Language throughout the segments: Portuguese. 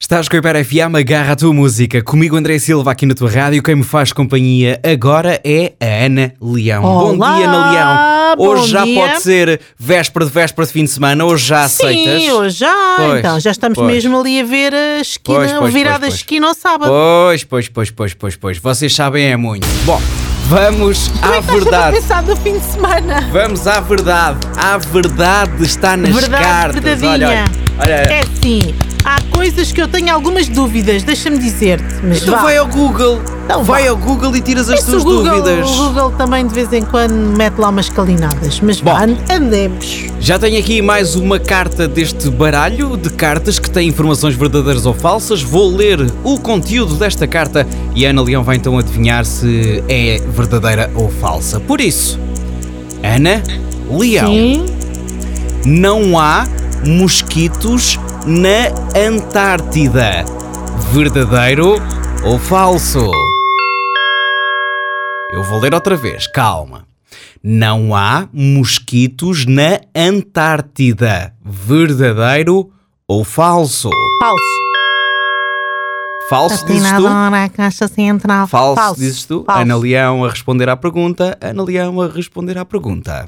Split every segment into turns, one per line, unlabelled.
Estás com a Hiper FM, agarra a tua música. Comigo André Silva aqui na tua rádio. Quem me faz companhia agora é a Ana Leão.
Olá,
bom dia, Ana Leão. Hoje
bom
já
dia.
pode ser véspera de véspera de fim de semana, hoje já aceitas.
Sim, hoje já.
Pois,
então, já estamos
pois.
mesmo ali a ver a esquina,
Pois, pois,
o virado
pois,
da
pois.
esquina ao sábado.
Pois, pois, pois, pois, pois, pois. Vocês sabem é muito. Bom, vamos
Como
à
é que estás sempre a
verdade.
pensar do fim de semana?
Vamos à verdade. A verdade está nas
Verdade
cartas.
verdadeira.
Olha, olha. olha.
É sim, há coisas que eu tenho algumas dúvidas, deixa-me dizer-te. Mas
Então
vá.
vai ao Google.
Então
vai
vá.
ao Google e tiras as
Esse
tuas
o Google,
dúvidas.
O Google também de vez em quando mete lá umas calinadas. Mas
Bom.
vá, andemos.
Já tenho aqui mais uma carta deste baralho de cartas que tem informações verdadeiras ou falsas. Vou ler o conteúdo desta carta e a Ana Leão vai então adivinhar se é verdadeira ou falsa. Por isso, Ana Leão,
Sim.
não há mosquitos na Antártida. Verdadeiro ou falso? Eu vou ler outra vez, calma. Não há mosquitos na Antártida. Verdadeiro ou falso?
Falso. Tá
Falso, dizes tu?
Patinadora, caixa central.
Falso, dizes tu?
Falso.
Ana Leão a responder à pergunta. Ana Leão a responder à pergunta.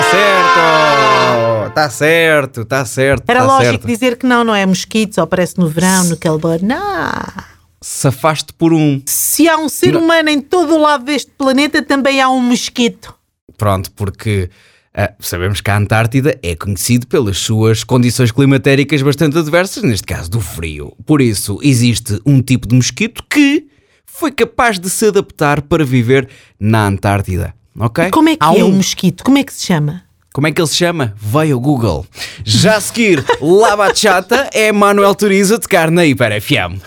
Está Tá certo! Está certo, está certo.
Era
tá
lógico
certo.
dizer que não, não é mosquitos, ou aparece no verão, no calor. Não.
Safaste por um.
Se há um ser humano em todo o lado deste planeta, também há um mosquito.
Pronto, porque ah, sabemos que a Antártida é conhecido pelas suas condições climatéricas bastante adversas, neste caso do frio. Por isso, existe um tipo de mosquito que foi capaz de se adaptar para viver na Antártida. Ok?
Como é que
Há
é
um-
um mosquito? Como é que se chama?
Como é que ele se chama? Vai ao Google. Já a seguir, La Bachata é Manuel Turizo a tocar na Hiper FM.